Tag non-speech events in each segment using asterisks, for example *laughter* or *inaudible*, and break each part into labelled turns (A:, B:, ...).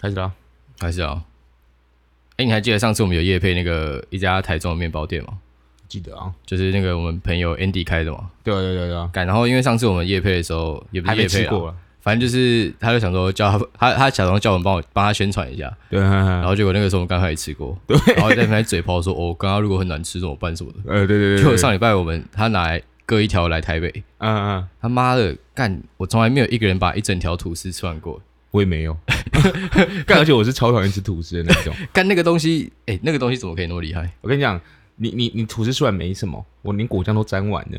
A: 开始啦！
B: 还是啊。哎、你还记得上次我们有夜配那个一家台中的面包店吗？
A: 记得啊，
B: 就是那个我们朋友 Andy 开的嘛。
A: 对啊对啊对啊，
B: 干，然后因为上次我们夜配的时候也不
A: 还
B: 是
A: 没
B: 夜
A: 吃
B: 配
A: 过
B: 啊，
A: 了，
B: 反正就是他就想说叫他 *laughs* 他他假装叫我们帮我帮他宣传一下，
A: 对，然
B: 然后结果那个时候我们刚开始吃过，对，然后在那边嘴炮说哦，刚刚如果很难吃怎么办什么的。
A: 呃对对对
B: 结果
A: 对，
B: 上礼拜我们他拿来各一条来台北，
A: 嗯嗯，
B: 他妈的干，我从来没有一个人把一整条吐司吃完过。
A: 我也
B: *laughs*
A: 没有，干而且我是超讨厌吃吐司的那种。
B: 干那个东西，哎、那个东西怎么可以那么厉害？
A: 我跟你讲，你你你吐司虽然没什么，我连果酱都沾完了。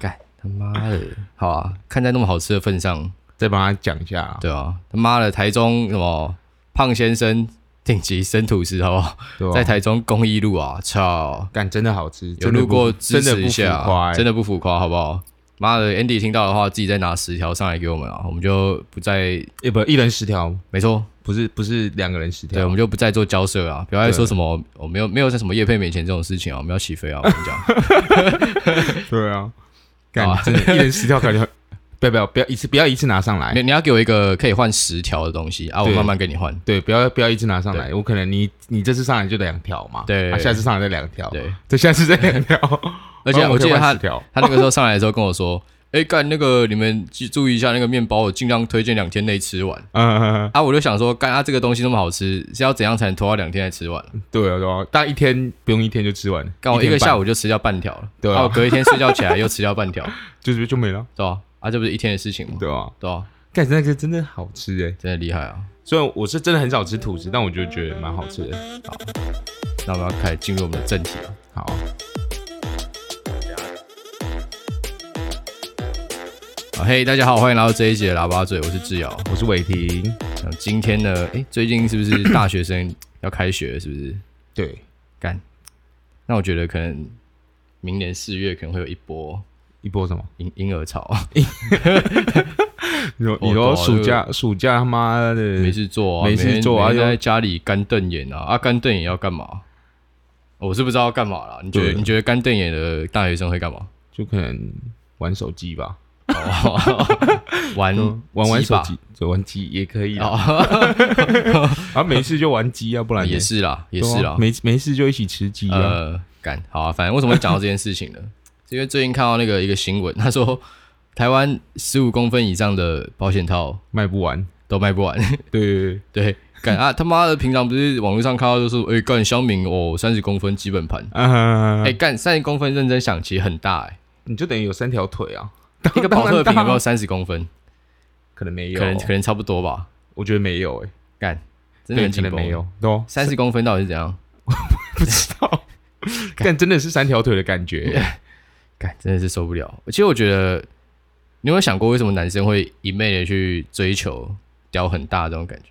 B: 干他妈的，好啊，看在那么好吃的份上，
A: 再帮他讲一下啊，
B: 对啊，他妈的台中什么胖先生顶级生吐司，好不好？
A: 对吧
B: 在台中公益路啊，操，
A: 干真的好吃，
B: 有
A: 真的
B: 路
A: 不
B: 过支
A: 真的
B: 持
A: 不
B: 一
A: 浮
B: 下啊
A: 夸，，欸
B: 真
A: 的
B: 的不浮夸，好不好？妈的，Andy 听到的话，自己再拿十条上来给我们啊，我们就不再，
A: 也欸不一人十条，
B: 没错，
A: 不是不是两个人十
B: 对，我
A: 条，
B: 们就不再做交涉啊，不要再
A: 啊对
B: 说什么我没有没有在什么叶配免钱这种事情啊，我们要起飞啊，我跟
A: *laughs*
B: 你讲，
A: 对啊，
B: 好啊
A: 干真的，一人十条感觉很，不要不要不要一次不要一次拿上
B: *laughs*
A: 来
B: 你，你要给我一个可以换十条的东西啊，我
A: 对
B: 慢慢跟你换，
A: 对，不要不要一次拿上来，我可能你你这次上来就两条嘛，
B: 对
A: 啊下次上来再两条，
B: 对，
A: 对，下次再两条，
B: *laughs* 而且
A: 然后
B: 我记
A: 可以
B: 得
A: 换
B: 他
A: 十条，
B: 他那个时候上来的时候跟我说， *laughs* 哎、干那个你们记注意一下那个面包，我尽量推荐两天内吃完。
A: 嗯嗯，嗯
B: 啊，我就想说，干啊，这个东西那么好吃，是要怎样才能拖到两天才吃完？
A: 嗯对啊对啊，但一天不用一天就吃完，
B: 干我一个
A: 天半
B: 下午就吃掉半条了，
A: 对啊
B: 我隔一天睡觉起
A: *laughs*
B: 来又吃掉半条，
A: 就是就没了，
B: 对吧、啊？这不是一天的事情吗？
A: 对啊，
B: 对啊，
A: 干那个真的好吃哎、
B: 真的厉害啊！
A: 虽然我是真的很少吃吐司，但我就觉得蛮好吃的。
B: 那我们要开始进入我们的正题了。
A: 好，
B: 啊嘿，大家好，欢迎来到这一集的喇叭嘴，我是志尧。
A: 我是伟霆。
B: 那今天呢，哎、最近是不是大
A: *laughs*
B: 学生要开学了？是不是？
A: 对，
B: 干，那我觉得可能明年四月可能会有一波
A: 一波什么？
B: 婴婴儿潮，
A: 你说
B: 我
A: 你说
B: 懂啊
A: 暑假暑假他妈的
B: 没事做啊，
A: 没事
B: 每天
A: 做啊
B: 每天
A: 又
B: 在家里干瞪眼啊，啊，干瞪眼要干嘛？我是不知道要干嘛啦。你觉得
A: 对
B: 你觉得干瞪眼的大学生会干嘛？
A: 就可能玩手机吧，
B: 哦玩
A: 嗯玩玩
B: 鸡
A: 手
B: 吧
A: 机，对玩机也可以啊。
B: 哦，
A: *laughs* 啊，没事就玩鸡啊，不然呢
B: 也是啦，也
A: 对啊
B: 是啦，
A: 没没事就一起吃鸡啊。
B: 呃，干好啊，反正为什么会讲到这件事情呢？ *laughs* 是因为最近看到那个一个新闻，他说台湾十五公分以上的保险套
A: 卖不完，
B: 都卖不完。 *laughs*
A: 对对对，
B: 对，干啊他妈的，平常不是网络上看到就是，哎、干香明哦，三十公分基本盘，
A: 啊
B: 哎、，干三十公分，认真想其实很大哎、
A: *laughs* 你就等于有三条腿啊，
B: *laughs* 一个
A: 当
B: 保
A: 然
B: 特瓶
A: 大
B: 有没有三十公分？
A: 可能没有，
B: 可能可能差不多吧，
A: 我觉得没有哎，
B: 干真
A: 对，
B: 的很
A: 可
B: 紧
A: 能没
B: 绷。
A: 有，对
B: *laughs*
A: 啊，
B: 三十公分到底是怎样？
A: 不知道，但真的是三条腿的感觉
B: *laughs*
A: 欸。
B: 干真的是受不了。其实我觉得，你有没有想过为什么男生会一昧的去追求屌很大这种感觉，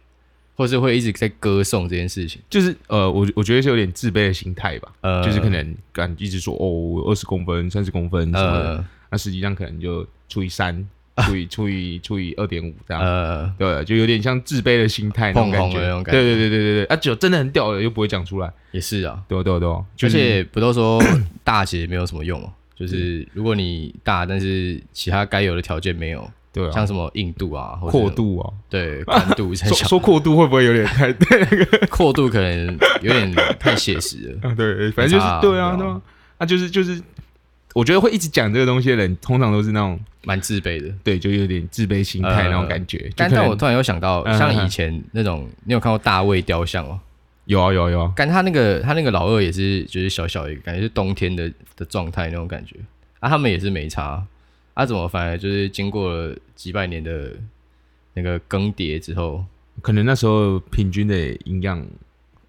B: 或是会一直在歌颂这件事情？
A: 就是呃，我我觉得是有点自卑的心态吧，
B: 呃
A: 就是可能敢一直说哦，我二十公分、三十公分什么的，
B: 呃
A: 那实际上可能就除以
B: *laughs*
A: 三、除以除以除以二点五这样，
B: 呃，
A: 对，就有点像自卑的心态那种
B: 碰
A: 感
B: 红
A: 觉，
B: 的那种感
A: 对对对对对对，啊，只有真的很屌的又不会讲出来，
B: 也是啊。
A: 对哦对哦对哦，就
B: 而
A: 是
B: 且不都说大其实没有什么用哦，就是如果你大，但是其他该有的条件没有，
A: 对啊
B: 像，什么硬度啊，或者
A: 阔度哦，
B: 对宽度 *laughs* 太
A: 说
B: 小，
A: 说阔度会不会有点 *laughs* 太对
B: *laughs* 阔度可能有点太写实了。
A: 啊对，反正就
B: 没差
A: 是
B: 啊
A: 对啊
B: 对啊
A: 对啊，啊就是就是，我觉得会一直讲这个东西的人，通常都是那种
B: 蛮自卑的，
A: 对，就有点自卑心态那种感觉，就
B: 呃但
A: 可能
B: 但我突然又想到，
A: 嗯
B: 像
A: 嗯
B: 以前那种，你有看过大卫雕像吗？
A: 有啊有啊有啊，
B: 干他那个他那个老二也是，就是小小一个，感觉是冬天的的状态那种感觉。啊，他们也是没差，啊，怎么反而就是经过了几百年的那个更迭之后，
A: 可能那时候平均的营养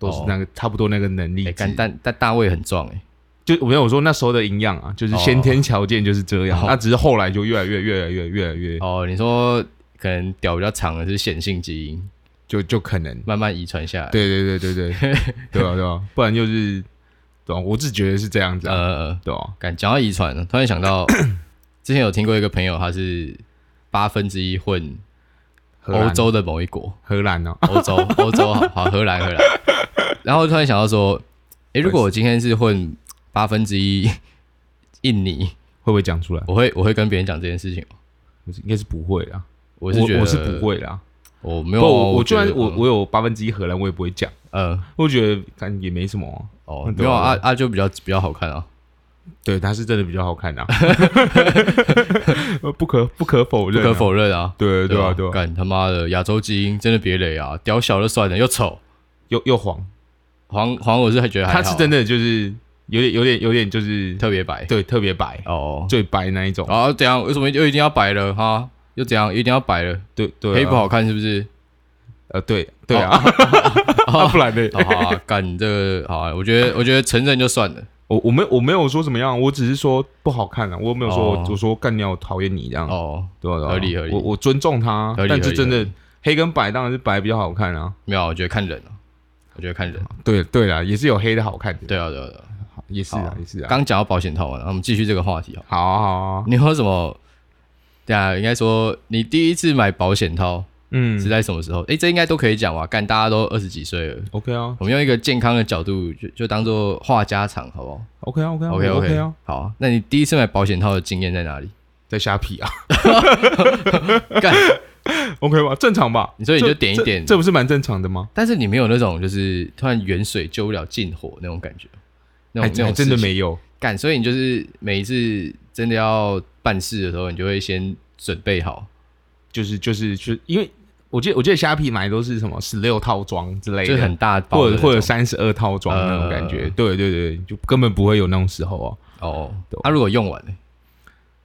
A: 都是那个、差不多那个能力
B: 哦哎、
A: 值。
B: 干但但大卫很壮哎、
A: 就我没有我说那时候的营养啊，就是先天条件就是这样，
B: 哦
A: 那、只是后来就越来越越来越越来越，
B: 哦，你说可能屌比较长的是显性基因，
A: 就就可能。
B: 慢慢遗传下来。，
A: 对对对对
B: *laughs*
A: 对，对啊对啊，不然就是，对啊，我自己觉得是这样子、
B: 呃
A: 啊，
B: 呃，
A: 对啊，
B: 干讲到遗传，突然想到之前有听过一个朋友，他是八分之一混
A: 荷兰
B: 欧洲的某一国。
A: 荷兰哦、
B: 欧洲，欧洲好好，荷兰，荷兰。然后突然想到说，诶，如果我今天是混八分之一印尼，
A: 会不会讲出来？
B: 我会我会跟别人讲这件事情吗？
A: 我是应该是不会啦，
B: 我是觉得
A: 我是不，会啦，
B: 我没
A: 不
B: 有啊，
A: 过我我居
B: 觉
A: 然
B: 得
A: 我我有八分之一荷兰，我也不会讲，
B: 呃
A: 我觉得看也没什么啊、
B: 哦
A: 嗯
B: 没
A: 对
B: 有
A: 啊
B: 啊啊啊就比较比较好看啊，
A: 对，它是真的比较好
B: *laughs*
A: 看啊，呃不可不可否
B: 不
A: 认、啊，
B: 可否认啊。
A: 对对啊对啊，
B: 干他妈的亚洲基因真的别雷啊，屌小就算了，又丑，
A: 又又黄，
B: 黄黄我是还觉得还
A: 它
B: 好，啊
A: 是真的就是有点有点有点就是
B: 特别白
A: 对特别白，
B: 哦。
A: 最白那一种，
B: 啊，怎样？为什么又一定要白了哈？又怎样？一定要白了？
A: 对对、啊，
B: 黑不好看是不是？
A: 呃对对啊， *laughs* 啊不然呢？
B: 哦 *laughs* 好啊，干你这个好啊！我觉得，我觉得承认就算了。
A: 我我没我没有说怎么样，我只是说不好看啊，我没有说、
B: 哦
A: 我说干掉讨厌你这样，
B: 哦，
A: 对啊对啊
B: 合理合理
A: 我我尊重他
B: 合，理
A: 但
B: 合
A: 就
B: 理
A: 真
B: 合
A: 的黑跟白当然是白比较好看啊，
B: 没有啊，我觉得看人啊，我觉得看人。
A: 对对啦，也是有黑的好看的，
B: 对啊，对啊，对啊。
A: 也是
B: 好
A: 啊
B: 啊
A: 也是啊，
B: 刚讲到保险套嘛，然后我们继续这个话题好。
A: 好啊好啊，
B: 你有什么？对啊，应该说你第一次买保险套
A: 嗯
B: 是在什么时候？诶，这应该都可以讲吧？干，大家都二十几岁了，
A: ，OK 啊
B: 我们用一个健康的角度，就就当做话家常，好不好
A: OK 啊 OK 啊
B: ？OK
A: OK 啊，
B: 好啊，那你第一次买保险套的经验在哪里？
A: 在虾皮啊
B: 干，
A: ，OK 吧，正常吧？
B: 所以你就
A: 这
B: 点一
A: 这
B: 点
A: 这不是蛮正常的吗？
B: 但是你没有那种就是突然远水救不了近火那种感觉，那
A: 还
B: 种那
A: 还
B: 种
A: 真的
B: 事情
A: 没有，
B: 干，所以你就是每一次真的要办事的时候，你就会先准备好。
A: 就是就是就是因为我记得我记得虾皮买的都是什么十六套装之类
B: 就是
A: 的
B: 很。大包
A: 或者
B: 的那
A: 或者
B: 种
A: 三十二套装那种感觉，
B: 呃
A: 对对对，就根本不会有那种时候啊，
B: 哦，
A: 对
B: 他、如果用完了。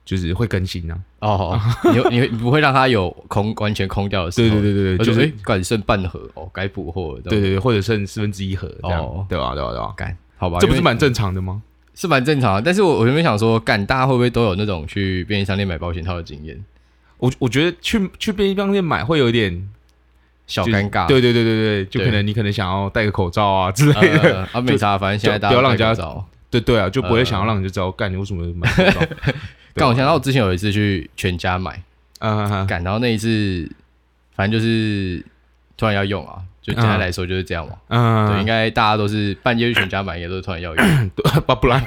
A: 就是会更新啊，
B: 哦，你会你会你不会让它有空完全空掉的时候，
A: 对对对对对，
B: 就
A: 就是是
B: 哎，干剩半盒哦，该补货了。这
A: 对
B: 样，
A: 对对，或者剩四分之一盒这样，
B: 哦
A: 对吧、对吧、对吧、
B: 干好吧，
A: 这不
B: 因
A: 是
B: 为
A: 蛮正常的吗？
B: 是蛮正常的。但是我我原本想说，干大家会不会都有那种去便利商店买保险套的经验，
A: 我我觉得去去便利商店买会有一点
B: 小
A: 就是
B: 尴尬。
A: 对对对对对，就
B: 对
A: 可能你可能想要戴个口罩啊之类的，
B: 呃，啊没差，反正现在大家
A: 不要
B: 都
A: 让
B: 戴
A: 人家
B: 口罩
A: 对对啊，就不会想要让你就知道，干你为什么买口罩？
B: *laughs* 呃干，我想到我之前有一次去全家买，
A: 嗯、啊，
B: 干，然后那一次，反正就是突然要用啊，就简单来说就是这样嘛。对，应
A: 嗯，
B: 该大家都是半夜去全家买，也都是突然要
A: *laughs*
B: 用。
A: 对，啊
B: *laughs*
A: 不然呢？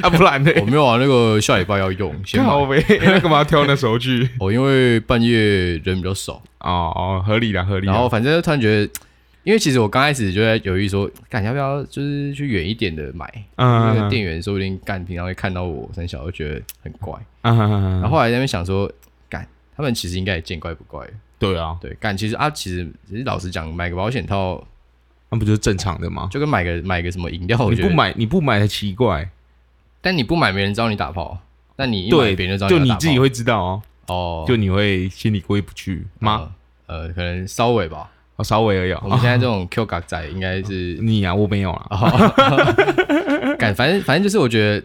A: 啊不然呢？
B: 我没有啊，那个下礼拜要用，先买。
A: 靠呗， *laughs* 那干嘛挑那时候去？ *laughs*
B: 哦，因为半夜人比较少，
A: 哦哦，合理啦，合理啦。
B: 然后反正就突然觉得，因为其实我刚开始就在犹豫说，干要不要就是去远一点的买，那个
A: 嗯，
B: 店员说不定干平常会看到我三小，就觉得很怪。
A: 嗯，
B: 然后后来在那边想说，干他们其实应该也见怪不怪，
A: 对啊，
B: 对，干其实啊，其实其实老实讲，买个保险套
A: 那不就是正常的吗？
B: 就跟买个买个什么饮料，我
A: 你
B: 觉得
A: 不，买，你不买还奇怪，
B: 但你不买没人知道你打炮，但你一买
A: 对，
B: 别人就知
A: 就
B: 道你
A: 你
B: 要打
A: 自己
B: 炮
A: 会知道哦，
B: 哦，
A: 就你会心里过意不去吗？
B: 呃？呃，可能稍微吧。
A: 哦，稍微而已
B: 我哦
A: 哦。
B: 们现在这种 Q 嘎仔应该是，
A: *laughs* 你啊，我没有啊。
B: 感反正反正就是我觉得。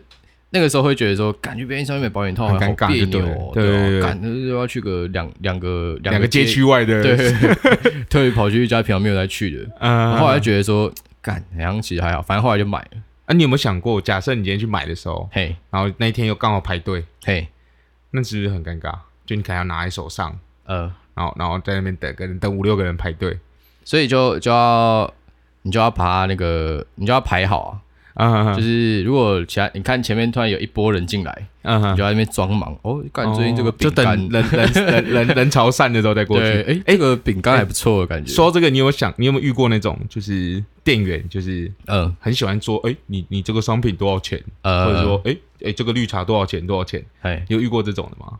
B: 那个时候会觉得说，感觉别人上面买保险套
A: 很
B: 好
A: 尴尬
B: 别
A: 就对
B: 扭
A: 了
B: 哦，
A: 对对对
B: 感就是要去个两两个
A: 两个街，区外的，
B: 对，， *laughs* 特别跑去一家平常没有在去的，
A: 嗯，
B: 后来就觉得说，干，好像其实还好，反正后来就买了，
A: 啊，你有没有想过，假设你今天去买的时候，
B: 嘿，
A: 然后那一天又刚好排队，
B: 嘿，
A: 那是不是很尴尬？就你可能要拿在手上，
B: 呃，
A: 然后然后在那边等，跟等五六个人排队，
B: 所以就就要你就要把那个你就要排好啊，
A: 啊，
B: 就是如果其他你看前面突然有一波人进来，你
A: 嗯，
B: 就在那边装忙，哦，干最近这个
A: 哦就
B: 饼
A: 等
B: 干，
A: 人
B: *laughs*
A: 人人人人潮散的时候再过
B: 对，
A: 去。
B: 哎，这个饼干还不错的感觉，
A: 说到这个，你有想，你有没有遇过那种就是店员就是
B: 嗯
A: 很喜欢说，哎，你你这个商品多少钱？
B: 呃，
A: 或者说，哎哎，这个绿茶多少钱？多少钱？
B: 哎，
A: 你有遇过这种的吗？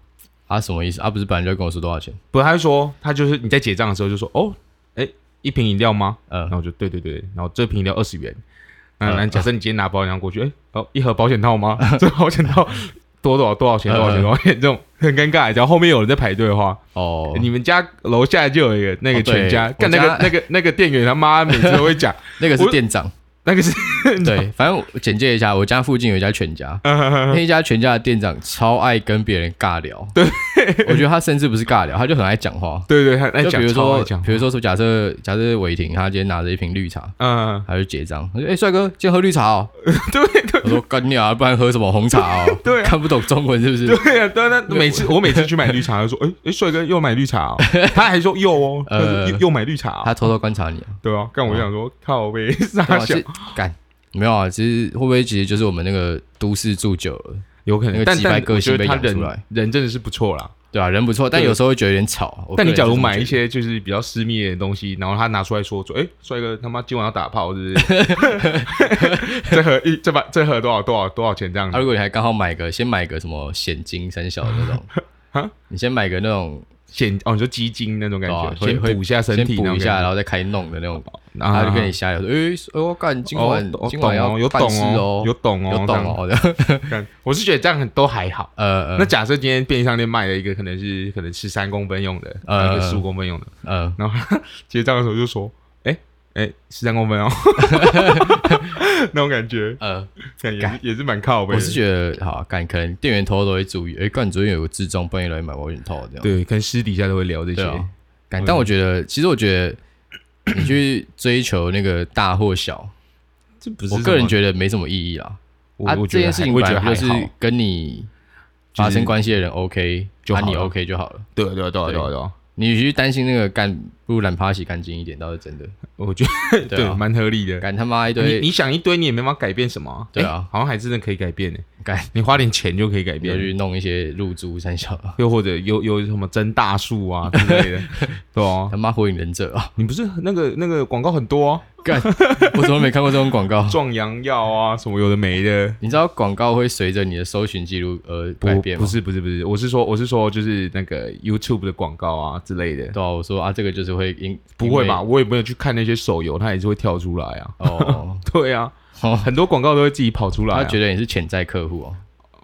B: 啊什么意思？啊不是本来就跟我说多少钱，
A: 不，他就说他就是你在结账的时候就说哦，哎、一瓶饮料吗？
B: 嗯
A: 然后我就对对对，然后这瓶饮料二十元。那
B: 嗯
A: 那假设你今天拿保险套过去，哎、哦，一盒保险套
B: *laughs*
A: 吗？ *laughs* 这个保险套多多少多少钱？
B: 嗯
A: 多少钱？多少钱？这种很尴尬。然后后面有人在排队的话，
B: 哦，
A: 你们家楼下就有一个那
B: 哦
A: 个
B: 对
A: 全家，
B: 我
A: 干那
B: 家
A: 个那个那个店员他妈每次都会讲， *laughs*
B: 那个是
A: 我
B: 店长，
A: 那个是，
B: 对，反正我简介一下，我家附近有一家全家，那一家全家的店长超爱跟别人尬聊，对，我觉得他甚至不是尬聊，他就很爱讲话
A: 对对，他在
B: 就比
A: 哎讲，
B: 如
A: 超
B: 说
A: 爱，讲
B: 比，如说说假设假设伟霆他今天拿着一瓶绿茶，
A: 嗯，
B: 他就结账，他说：“哎、帅哥，今天喝绿茶
A: *laughs*
B: 哦。”对对，我说：“干你啊，不然喝什么红茶哦？”
A: 对啊
B: 看不懂中文是不是？
A: 对呀、啊，对啊那每次我每次去买绿茶，他说，哎、
B: *laughs*
A: 哎，帅哥又买绿茶、哦，他还说又哦，他
B: 呃
A: 说又又买绿茶、哦，
B: 他偷偷观察你啊，
A: 对啊，但我想说，靠呗，傻
B: 对啊
A: 小
B: 是，干没有啊？其实会不会其实就是我们那个都市住久了，
A: 有可
B: 那个
A: 能，但
B: 鸡掰
A: 但
B: 个
A: 我
B: 性
A: 觉得
B: 被
A: 他
B: 养出
A: 人
B: 来
A: 人真的是不错啦，
B: 对啊，人不错，但有时候会觉得有点吵。啊我
A: 但你
B: 个人是
A: 假如
B: 这么
A: 买
B: 觉
A: 一
B: 得
A: 些就是比较私密的东西，然后他拿出来说说，哎、帅哥他妈今晚要打炮是不是？
B: *laughs*
A: 这盒一这把这盒多少多少多少钱这样
B: 啊，
A: 子？
B: 如果你还刚好买个，先买个什么险金三小的那种
A: *laughs* 哈，
B: 你先买个那种
A: 显哦，你说基金那种感
B: 对
A: 觉
B: 啊，
A: 先
B: 先会
A: 补一下身体那
B: 先补
A: 种
B: 一下，
A: 感
B: 然
A: 觉，
B: 后再开弄的那种，
A: 然
B: 然后他就跟你瞎聊说，哎，哎我干，今晚
A: 哦
B: 今
A: 懂
B: 晚
A: 哦，有
B: 要
A: 懂
B: 办事
A: 哦，有懂哦，
B: 有
A: 这
B: 懂
A: 样
B: 哦，这样
A: 干我是觉得 *laughs* 这样很都还好。
B: *laughs* 呃
A: 那
B: 呃
A: 假设今天便利商店卖了一个，可能是可能是三公分用的，
B: 呃
A: 呃，十五公分用的，
B: 呃，
A: 然后 *laughs* 结账的时候就说，哎哎，十三公分哦，那种感觉，
B: 呃，
A: 看也是也是蛮靠背的。
B: 我是嗯觉得好干，可能店员偷偷都会注意，哎，干，你昨天有个智障半夜来买保险套这样，
A: 对，可能私底下都会聊这些。
B: 对啊，干，但我觉得其实我觉得。你去追求那个大或小，
A: 这不
B: 我个人觉得没什么意义啦。
A: 得
B: 啊，
A: 我觉得
B: 这件
A: 还
B: 事情
A: 我
B: 本
A: 觉得
B: 来
A: 还
B: 就是
A: 好。
B: 跟你
A: 就
B: 发
A: 是
B: 生关系的人 OK
A: 就
B: 啊
A: 好
B: 你
A: 了
B: OK 就好了。
A: 对啊对啊对啊对啊
B: 对
A: 对啊，
B: 你去担心那个干，不如懒趴洗干净一点，倒是真的。
A: 我觉得
B: 对
A: 对
B: 啊
A: 蛮合理的。
B: 干他妈
A: 你
B: 一堆，
A: 你想一堆，你也没办法改变什么啊。
B: 对
A: 诶
B: 啊
A: 好像还真的可以改变呢。
B: 干
A: 你花点钱就可以改
B: 你就
A: 变，
B: 去弄一些露珠三小，
A: 又或者有有什么增大树 *laughs* 啊之类的，对啊
B: 他。妈火影忍者啊！ *laughs*
A: 你不是那个那个广告很多、啊，
B: 干，我怎么没看过这种广
A: *laughs*
B: 告？
A: 壮阳药啊，什么有的没的。
B: 你知道广告会随着你的搜寻记录而
A: 不
B: 改变吗
A: 不？是不是不是，我是说我是说就是那个 YouTube 的广告啊之类的，
B: 对啊，我说啊，这个就是会因
A: 不会吧？
B: 因为
A: 我也没有去看那些手游，它也是会跳出来 *laughs* 啊。
B: 哦，
A: 对啊，
B: 哦
A: 很多广告都会自己跑出来、啊。
B: 他觉得你是潜在客户哦。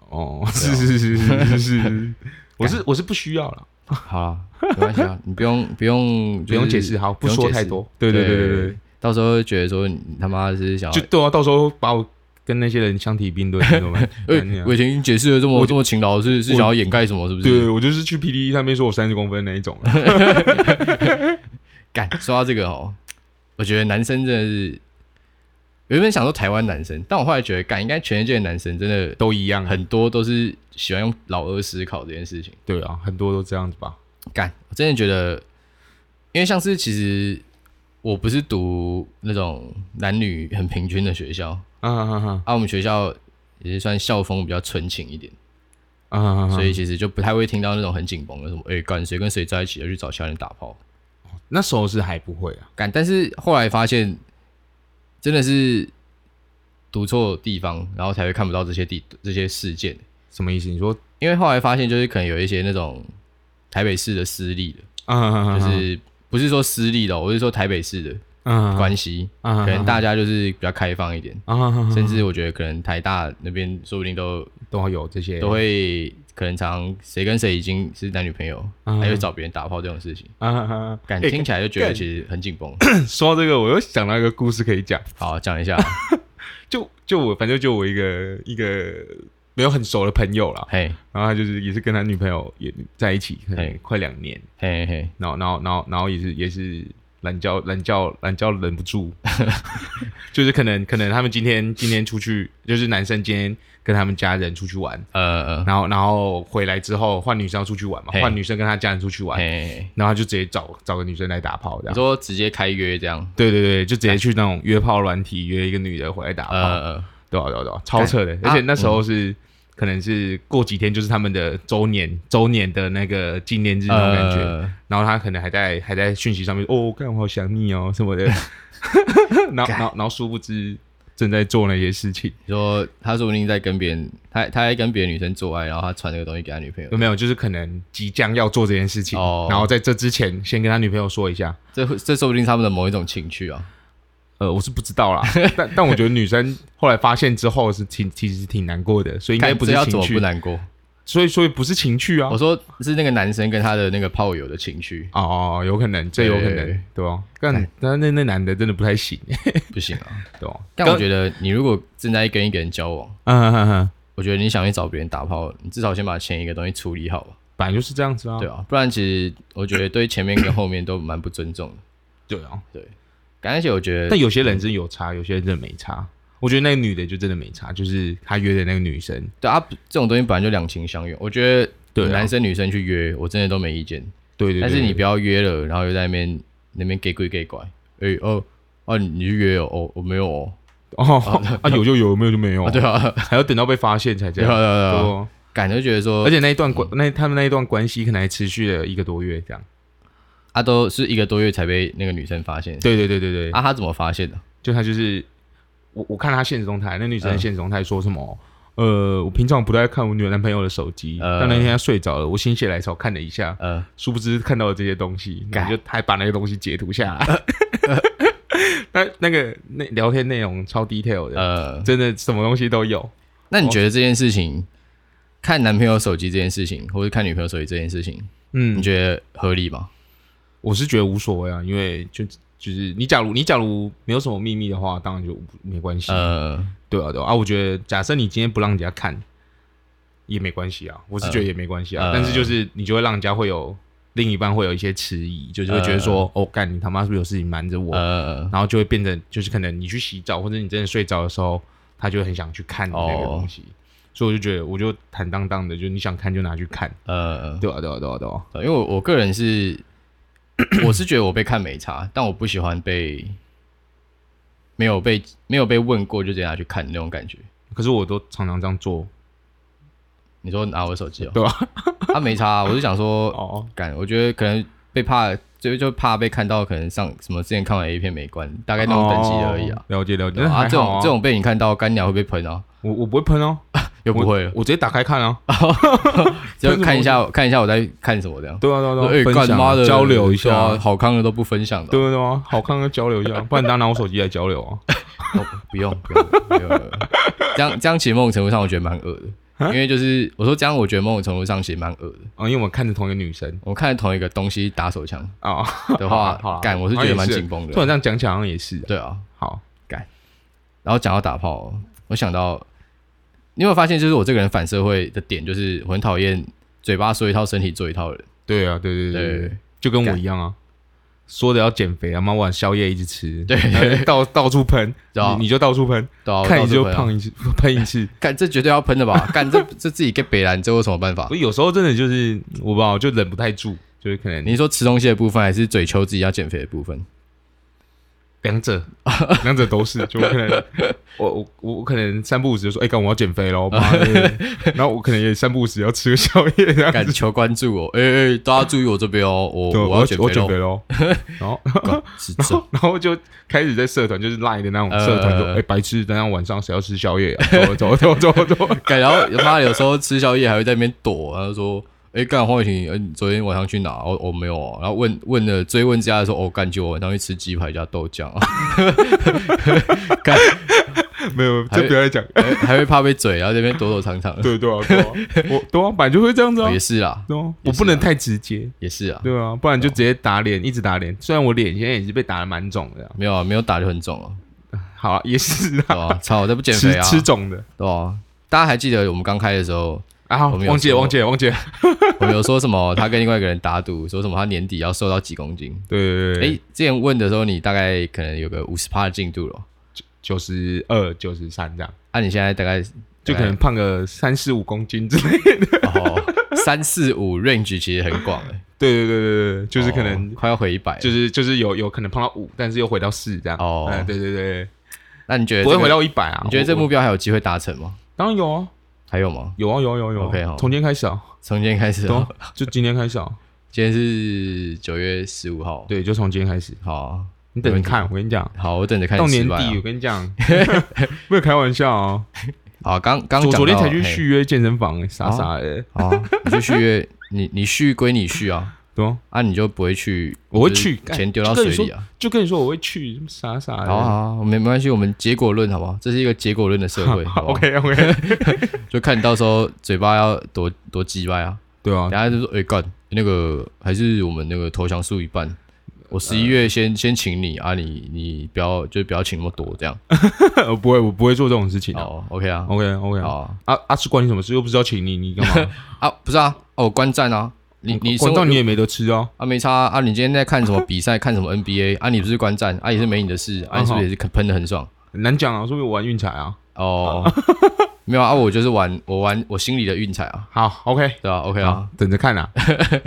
A: 哦，是是是是是 *laughs* 是，我是我是不需要了，
B: 好啦，没关系啊，你不用不用
A: 不用
B: 就是
A: 解释，好，
B: 不
A: 不
B: 用
A: 说
B: 解
A: 太
B: 释
A: 多。对对对对对，，
B: 到时候会觉得说你他妈是想
A: 就
B: 要，
A: 对啊，到时候把我跟那些人相提并论，你懂 *laughs* 吗？干你
B: 哎，
A: 啊
B: 我已经解释的这么这么勤劳，是是
A: 我
B: 想要掩盖什么？是不
A: 对
B: 是？
A: 我就是去 PDE 上面说我三十公分那一种啊， *laughs*
B: 干，说到这个哦，我觉得男生真的是，原本想说台湾男生，但我后来觉得，干，应该全世界的男生真的
A: 都一样啊。
B: 很多都是喜欢用老二思考这件事情。
A: 对啊，很多都这样子吧。
B: 干，我真的觉得，因为像是其实我不是读那种男女很平均的学校，
A: 啊啊啊
B: 啊，我们学校也是算校风比较纯情一点。
A: 啊啊！
B: 所以其实就不太会听到那种很紧绷的什么，哎、干谁跟谁在一起要去找其他人打炮，
A: 那时候是还不会啊，
B: 干。但是后来发现，真的是读错地方，然后才会看不到这些地这些事件。
A: 什么意思？你说
B: 因为后来发现，就是可能有一些那种台北市的私立的，
A: 啊啊
B: 就是不是说私立的哦、我是说台北市的
A: 啊
B: 关系，
A: 啊
B: 可能大家就是比较开放一点，
A: 啊，
B: 甚至我觉得可能台大那边说不定都
A: 都会有这些
B: 都会可能常谁跟谁已经是男女朋友，
A: 嗯
B: 还会找别人打炮这种事情。
A: 啊啊。
B: 感
A: 欸
B: 听起来就觉得
A: 干
B: 其实很紧绷。
A: 说到这个，我又想到一个故事可以讲。
B: 好，讲一下，
A: 就就我反正就我一个一个没有很熟的朋友啦，
B: 嘿，
A: 然后他就是也是跟他女朋友也在一起，可能
B: 嘿
A: 快两年，
B: 嘿嘿，
A: 然后然后然后然后也是也是懒觉懒觉懒觉忍不
B: *laughs*
A: 住，就是可能可能他们今天今天出去，就是男生今天跟他们家人出去玩，
B: 呃，
A: 然后然后回来之后换女生要出去玩嘛，
B: 嘿
A: 换女生跟他家人出去
B: 嘿
A: 玩，
B: 嘿，嘿
A: 然后他就直接找找个女生来打炮这
B: 你
A: 样。
B: 说直接开约这样，
A: 对对对，就直接去那种约炮软体约一个女的回来打炮，
B: 呃，呃
A: 对啊，对啊，对啊，超扯的！
B: 干嗯
A: 而且那时候是、可能是过几天就是他们的周年周年的那个纪念日那种感觉，
B: 呃
A: 然后他可能还在还在讯息上面哦，干我好想你哦什么
B: *laughs*
A: 的，然后然后然后殊不知正在做那些事情，
B: 你说他说不定在跟别人，他他在跟别的女生做爱，然后他传那个东西给他女
A: *laughs*
B: 朋友
A: 有，没有？就是可能即将要做这件事情，
B: 哦
A: 然后在这之前先跟他女朋友说一下。
B: 这会这说不定是他们的某一种情趣啊，
A: 呃，我是不知道
B: *laughs*
A: 啦，但但我觉得女生后来发现之后是挺其实挺难过的，所以应该
B: 看
A: 不
B: 这
A: 是
B: 要怎
A: 情
B: 么不
A: 趣，
B: 难过？
A: 所以所以不是情趣啊
B: 我。说是那个男生跟他的那个炮友的情趣，
A: 哦，有可能，这有可
B: 对
A: 能，对吧？但但那那男的真的不太行，
B: 不行
A: *laughs*
B: 啊。
A: 对
B: *laughs*
A: 吧？
B: 但我觉得你如果正在跟一个人交往，
A: 嗯嗯嗯，
B: 我觉得你想去找别人打炮，你至少先把前一个东西处理好吧。
A: 本来就是这样子啊，
B: 对啊，不然其实我觉得对前面跟后面都蛮不尊重的。
A: 对啊。
B: 感而且我觉得
A: 但，有些人真有差，有些人真的没差。我觉得那个女的就真的没差，就是他约的那个女生，
B: 对啊，这种东西本来就两情相悦。我觉得
A: 对啊
B: 男生女生去约，我真的都没意见。
A: 对对。
B: 但是
A: 对
B: 你不
A: 对
B: 要约了，然后又在那边那边给鬼给拐，哎、哦哦，你你去约哦，哦我没有哦，
A: 哦，啊有就有，没有就没有
B: 啊，对啊，
A: 还要等到被发现才这
B: 对啊，对啊
A: 样。
B: 对啊，
A: 对
B: 感就觉得说，
A: 而且那一段关，那他们那一段关系可能还持续了一个多月这样。
B: 啊都是一个多月才被那个女生发现，
A: 对对对对对，
B: 啊他怎么发现的？
A: 就他就是我我看他现实动态，那女生
B: 嗯
A: 现实动态说什么？呃，我平常不太看我女男朋友的手机，
B: 呃
A: 但那天她睡着了，我心血来潮看了一下，
B: 呃，
A: 殊不知看到了这些东西，
B: 干呃
A: 感觉还把那个东西截图下来。 *laughs* 那那个那聊天内容超 detail 的，
B: 呃，
A: 真的什么东西都有。
B: 那你觉得这件事情，看男朋友手机这件事情，或者看女朋友手机这件事情，你
A: 嗯，
B: 觉得合理吗？
A: 我是觉得无所谓啊，因为就就是你假如你假如没有什么秘密的话，当然就无没关系。
B: 呃，
A: 对啊，对啊啊，我觉得假设你今天不让人家看，也没关系啊，我是觉得也没关系啊，
B: 呃
A: 但是就是你就会让人家会有另一半会有一些迟疑，就是会觉得说，哦，干你他妈是不是有事情瞒着我？
B: 呃，
A: 然后就会变成就是可能你去洗澡或者你真的睡着的时候，他就会很想去看你那个东西，所以我就觉得我就坦荡荡的，就你想看就拿去看，
B: 呃，
A: 对啊，对啊，对啊，对啊，
B: 因为我我个人是，我是觉得我被看没差，但我不喜欢被没有被没有被问过就直接拿去看那种感觉。
A: 可是我都常常这样做，
B: 你说拿我的手机哦、
A: 对吧？
B: 他、没差啊，我是想说，
A: *laughs* 哦，
B: 感我觉得可能被怕，就就怕被看到，可能上什么之前看完 A 片没关，大概那种等级而已啊
A: 哦。，了解了解，
B: 对吧
A: *laughs*
B: 啊，
A: 那
B: 这种这种被你看到，干鸟会被喷啊，
A: 我我不会喷哦，
B: 又不会
A: 我，我直接打开看啊。 *laughs*
B: 就看一下看一下我在看什么这样。
A: 对啊，对啊，对
B: 哎，
A: 啊，分
B: 干
A: 享
B: 妈的
A: 交流一
B: 对
A: 下
B: 啊，，好看的都不分享的，
A: 对啊，对啊，好看的交流一 *laughs* 下，不然大家拿我手机来交流啊。
B: 哦，不用，不用，不用。不用这样这样，其实某种程度上我觉得蛮恶的，因为就是我说这样，我觉得某种程度上其实蛮恶的。
A: 啊，因为我们看着同一个女生
B: 我看同一个东西打手枪
A: 啊，
B: 的
A: 好
B: 话
A: 啦好啦，
B: 干我是觉得蛮紧绷
A: 突然
B: 的。
A: 这样讲起来好啊像也是。
B: 对啊，
A: 好，
B: 然后讲到打炮，我想到，你有没有发现，就是我这个人反社会的点，就是我很讨厌嘴巴说一套，身体做一套的人。
A: 对啊，对对对对
B: 对
A: 对，就跟我
B: 干
A: 一样啊，说的要减肥啊，妈晚宵夜一直吃，
B: 对
A: 然后到到处喷，
B: 对啊
A: 你你就哦到处喷，
B: 对啊，
A: 看你就
B: 我到处喷啊，
A: 胖一次， *laughs* 喷一次。
B: 干这绝对要喷的吧？干这这自己给北兰，这有什么办法
A: *laughs* 我？啊有时候真的就是我不知道，就忍不太住，就是可能
B: 你说吃东西的部分，还是嘴求自己要减肥的部分？
A: 两者， *laughs* 两者都是，就我可 *laughs* 能我我我我可能三不五时就说，哎、干我要减肥喽， *laughs* 妈的然后我可能也三不五时要吃个宵夜
B: *laughs*
A: 这样
B: 敢
A: 子，
B: 求关注我，哎、哎、大家注意我这边哦，我
A: 对，
B: 我
A: 我
B: 要
A: 要
B: 减
A: 我
B: 肥
A: 减
B: 喽
A: 肥，喽，然后
B: 干是这样，
A: *laughs* 然后就开始在社团就是赖的那种社团，说，哎、
B: 呃
A: 白痴，等一下晚上谁要吃宵夜啊？走走走走走，
B: 干然后他有时候吃宵夜还会在那边躲，然后说，哎、干黄伟霆，呃你昨天晚上去哪？我、我没有啊，然后问问了追问之下说，哦，干就我晚上去吃鸡排加豆浆啊， *laughs* 干
A: 没有，就不要再讲，
B: 还还会怕被嘴，然后在那边躲躲藏藏，
A: *laughs* 对对啊，对啊，我对啊，本来就会这
B: *laughs*
A: 样子啊
B: 哦也，是啦，
A: 对啊，
B: 也
A: 我
B: 是啊
A: 不能太直接，
B: 也是啊，
A: 对啊，不然就直接打脸，一直打脸，虽然我脸现在也是被打的蛮肿的啊、
B: 没有啊，没有打就很肿了，
A: 好啊，也是啊
B: 对。吧、操，我在不减
A: 吃
B: 肥啊，
A: *laughs* 吃肿的
B: 对吧、大家还记得我们刚开的时候，
A: 啊！
B: 我们有
A: 忘记了，
B: 说
A: 忘记了，忘记了。
B: 我们有说什么？他跟另外一个人打赌，说什么他年底要瘦到几公斤？
A: 对对对
B: 哎、
A: 对，
B: 之前问的时候，你大概可能有个五十趴的进度了，
A: 九十二、九十三这样，
B: 啊，你现在大概
A: 就可能胖个三四五公斤之类的。
B: 大概哦三四五 range 其实很广、欸，
A: 对对对对对， *laughs* 就是可
B: 哦
A: 能
B: 快要回一百，
A: 就是是就是有有可能胖到五，但是又回到四这样。
B: 哦
A: 嗯对对对，
B: 那你觉得
A: 不
B: 这
A: 会
B: 个、
A: 回到一百啊？
B: 你觉得这
A: 我
B: 目标还有机会达成吗？
A: 当然有啊，
B: 还有吗？
A: 有啊有啊有啊有啊。
B: OK，好
A: 从今天开始啊，
B: 从今天开始、
A: 对
B: 哦
A: 啊，就今天开始啊，
B: 今天是九月十五号，，
A: 对，就从今天开始。
B: 好啊、
A: 你等着看，我跟你讲，
B: 好，我等着看
A: 到
B: 你
A: 年
B: 失败啊
A: 底我跟你
B: *laughs*
A: 讲，没有开玩笑啊。
B: 好，刚刚
A: 昨
B: 讲
A: 昨天
B: 到
A: 才去
B: 嘿哦
A: 续约健身房，傻傻的，
B: 好啊，你去续约，你你续归你续啊，
A: 对啊。
B: 啊，你就不会去，
A: 我会去
B: 就是钱丢
A: 干
B: 到
A: 就
B: 水
A: 跟你
B: 里啊。
A: 就跟你说我哎会去，傻傻的。
B: 好啊好啊，没没关系，我们结果论好不好？这是一个结果论的社
A: *laughs*
B: 会哦好不好
A: OK
B: *laughs*
A: OK，
B: 就看你到时候嘴巴要多多鸡掰啊！
A: 对啊 *laughs*
B: 等，下就说，哎、干，那个还是我们那个投降数一半，我十一月先、先请你啊，你你不要就不要请那么多这样。
A: 我不会，我不会做这种事情的。
B: 哦，OK 啊，
A: OK OK，
B: 好啊
A: 啊啊，是关你什么事？又不是要请你，你干嘛？
B: 啊，不是啊，哦，观战啊， *laughs* 你
A: 管
B: 你生
A: 到
B: 活
A: 你也没得吃哦。
B: 啊没差啊，啊你今天在看什么比赛，看什么 NBA 啊，你不是观战啊，也是没你的事啊，你是不是也是喷的很爽？
A: 很难讲啊，说明我玩运彩啊。
B: *laughs* 哦，没有啊，我就是玩我玩我心里的运彩啊，
A: 好，OK，
B: 对吧、o k 啊
A: 好，等着看
B: *laughs*
A: 啊，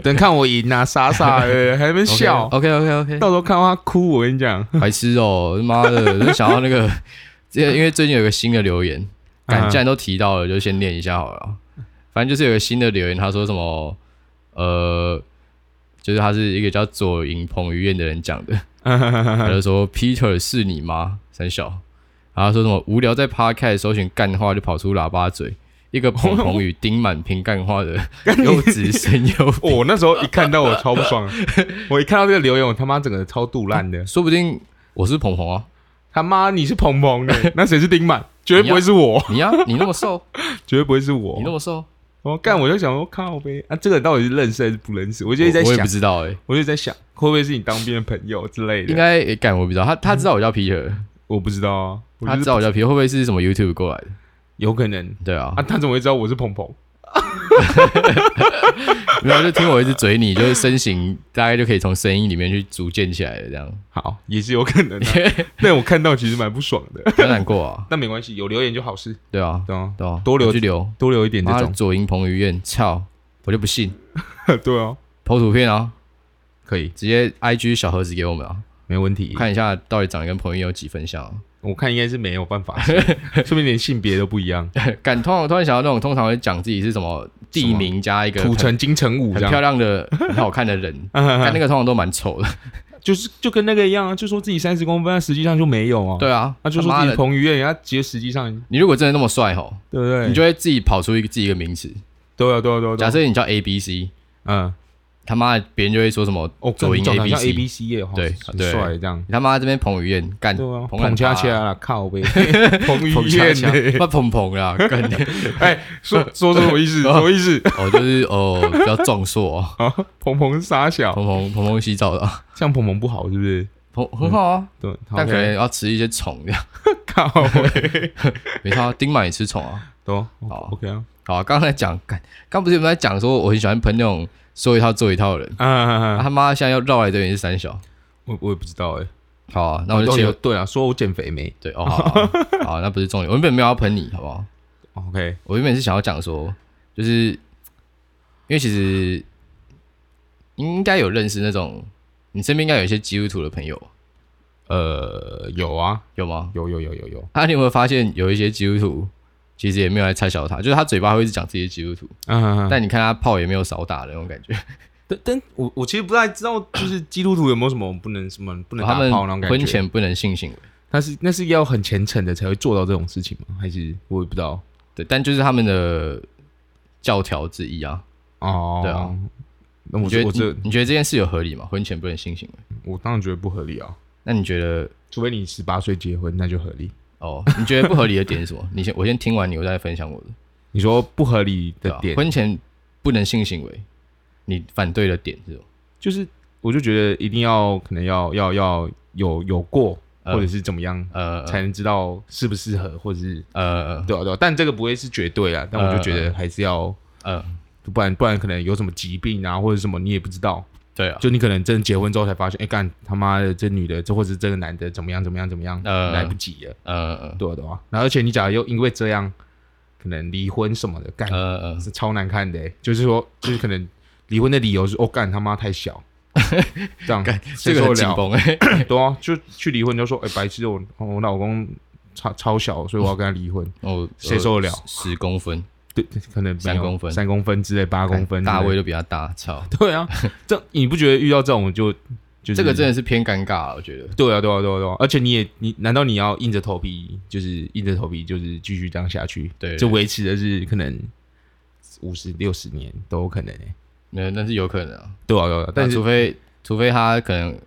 A: 等看我赢啊，傻傻的，还没笑，
B: ，OK OK OK，
A: 到时候看到他哭，我跟你讲，
B: *laughs* 白痴哦、妈的，就想到那个，这因为最近有个新的留言，敢
A: 嗯
B: 既然都提到了，就先念一下好了。反正就是有个新的留言，他说什么呃，就是他是一个叫左营彭于晏的人讲 *laughs* 的，他就说 Peter 是你吗？三小，然后他说什么无聊在 Podcast 搜寻干话就跑出喇叭嘴，一个彭彭宇钉满屏干话 *laughs* 的优质声优，
A: 哦我那时候一看到我超不
B: *laughs*
A: 爽，我一看到这个留言，我他妈整个超杜烂的。
B: 说不定我是彭彭啊，
A: 他妈你是鹏鹏的， *laughs* 那谁是丁满？绝对不会是我，
B: 你呀、啊你那么瘦，
A: 绝对不会是我
B: 你。那么瘦，
A: 我干，我就想说靠呗，啊，这个人到底是认识还是不认识？我就一直在
B: 我我也
A: 想
B: 不，知道哎、
A: 我就在想，会不会是你当兵的朋友之类
B: 应
A: 的？
B: 该也干我不啊知道，他他知道我叫 Peter，、
A: 我不知道啊，我
B: 他
A: 就
B: 知
A: 是
B: 道我叫 Peter，会不会是什么 YouTube 过来的？
A: 有可能
B: 对啊
A: 啊，，他怎么会知道我是鹏鹏？
B: 没有就听我一直嘴你，就是身形大概就可以从声音里面去组建起来了，这样
A: 好，也是有可能
B: *laughs*
A: 的、但我看到其实蛮不爽的，
B: 不要难过啊，
A: 但没关系，有留言就好事，
B: 对啊，
A: 懂吗？
B: 对啊，
A: 多留
B: 就留，
A: 多留一点这
B: 妈的
A: 种，
B: 左营彭于晏，操，我就不信，
A: *laughs* 对哦，
B: 剖图片啊，
A: 可以，
B: 直接 IG 小盒子给我们啊，
A: 没问题。
B: 看一下到底长得跟彭于晏有几分像、啊。 *laughs*
A: 我看应该是没有办法，说不定连性别都不一
B: *laughs*
A: 样，
B: 感通我突然想到那种通常会讲自己是什么地名加一个
A: 土
B: 很
A: 城金城武嗯
B: 很
A: 这样，
B: 漂亮的、很好看
A: *laughs*
B: 的人，但那个通常都蛮丑
A: 哦
B: 的。
A: 就是就跟那个一样啊，就说自己三十公分，但实际上就没有啊。
B: 对啊，
A: 他就说
B: 他妈
A: 自己
B: 的，
A: 彭于晏，人家其实实际上
B: 你如果真的那么帅吼，
A: 对不对？
B: 你就会自己跑出一个自己一个名词。
A: 对啊对啊对啊，对
B: 假
A: 啊
B: 设你叫 A B C，
A: 嗯，
B: 他妈的别人就会说什么
A: 哦，
B: 左营
A: 长
B: A
A: 得好
B: B
A: 像 A
B: C，
A: B C 耶，
B: 对
A: 很
B: 对
A: 帅这样。
B: 你他妈这边彭于晏干
A: 对啊，
B: 彭烂
A: 捧恰
B: 他
A: 恰啦，靠
B: *laughs*
A: 呗，彭于
B: 彭恰
A: 晏
B: 恰
A: 欸，
B: 不彭彭啦，干你
A: 哎，说说什么意思？
B: *laughs*
A: 什么意思？
B: 哦，就是哦比较壮硕哦，
A: 啊，鹏鹏傻小，
B: 彭彭彭彭洗澡的啊，
A: 这样鹏鹏不好是不是？
B: 彭很好啊，
A: 对，
B: 但可能要吃一些虫这样，
A: 靠
B: *laughs*
A: 北，
B: 没错啊，丁满也吃虫啊。
A: 懂
B: 好
A: ？OK 啊，
B: 好、刚才讲，干刚不是有没有在讲说我很喜欢喷那种说一套做一套的人，
A: 啊啊，
B: 啊、
A: 啊
B: 他妈现在要绕来这边是三小。
A: 我我也不知道哎，
B: 好、啊，那我就
A: 到底
B: 切
A: 有对啊，说我减肥没
B: 对哦，好好好好那不是重点，我原本没有要喷你，好不好？
A: ？OK，
B: 我原本是想要讲说，就是因为其实应该有认识那种，你身边应该有一些基督徒的朋友，
A: 呃，有啊，
B: 有吗？
A: 有有有有有，
B: 啊，你有没有发现有一些基督徒其实也没有来拆小他，就是他嘴巴会一直讲自己是基督徒，
A: 嗯，
B: 但你看他炮也没有少打的那种感觉，
A: 但但我我其实不太知道，就是基督徒有没有什么不能什么不能
B: 他
A: 打
B: 们
A: 炮那种感
B: 婚
A: 觉？
B: 前不能性行为。
A: 他是那是要很虔诚的才会做到这种事情吗？还是我也不知道
B: 对，但就是他们的教条之一啊。
A: 哦。
B: 对啊，
A: 那我
B: 你觉
A: 觉
B: 得
A: 我这
B: 你你觉得这件事有合理吗？婚前不能性行为？
A: 我当然觉得不合理啊，
B: 那你觉得
A: 除非你十八岁结婚，那就合理。
B: 哦？你觉得不合理的点是什么？你先我先听完你，我再分享我的。
A: 你说不合理
B: 对
A: 的
B: 啊
A: 点，
B: 婚前不能性行为，你反对的点是什么？
A: 就是我就觉得一定要可能要要要有有过，
B: 嗯
A: 或者是怎么样，
B: 呃
A: 才能知道适不适合，或者是
B: 呃
A: 对啊对啊，但这个不会是绝对啊，但我就
B: 嗯
A: 觉得还是要，
B: 呃，
A: 不然不然可能有什么疾病啊，或者什么你也不知道，
B: 对啊，
A: 就你可能真的结婚之后才发现，哎干他妈的这女的，这或者是这个男的怎么样怎么样怎么样，
B: 嗯
A: 来不及了，
B: 呃
A: 对啊对啊，然后而且你假如又因为这样，可能离婚什么的，干
B: 呃呃，
A: 是超难看的、欸，就是说，就是可能离婚的理由是哦，干他妈太小，
B: *laughs*
A: 这样
B: 干
A: 谁
B: 这个
A: 受
B: 很
A: 得
B: 紧
A: 了？
B: 绷哎，
A: *coughs* 对啊，就去离婚就说，哎、白痴，我我老公超超小，所以我要跟他离婚。
B: 哦，
A: 谁受得了
B: 十十公分，
A: 对，可能没有
B: 三公分
A: 三公分之类，八公分之类
B: 大卫。都比他大，操，
A: 对
B: *laughs*
A: 啊，这你不觉得遇到这种就就是
B: 这个真的是偏尴尬啊，我觉得。
A: 对啊，对啊，对啊，对啊！而且你也你难道你要硬着头皮，就是硬着头皮，就是继续这样下去？
B: 对对
A: 就维持的是可能五十六十年都有可能、欸。
B: 那那是有可能啊，
A: 对啊，对啊，
B: 但
A: 但是
B: 除非除非他可能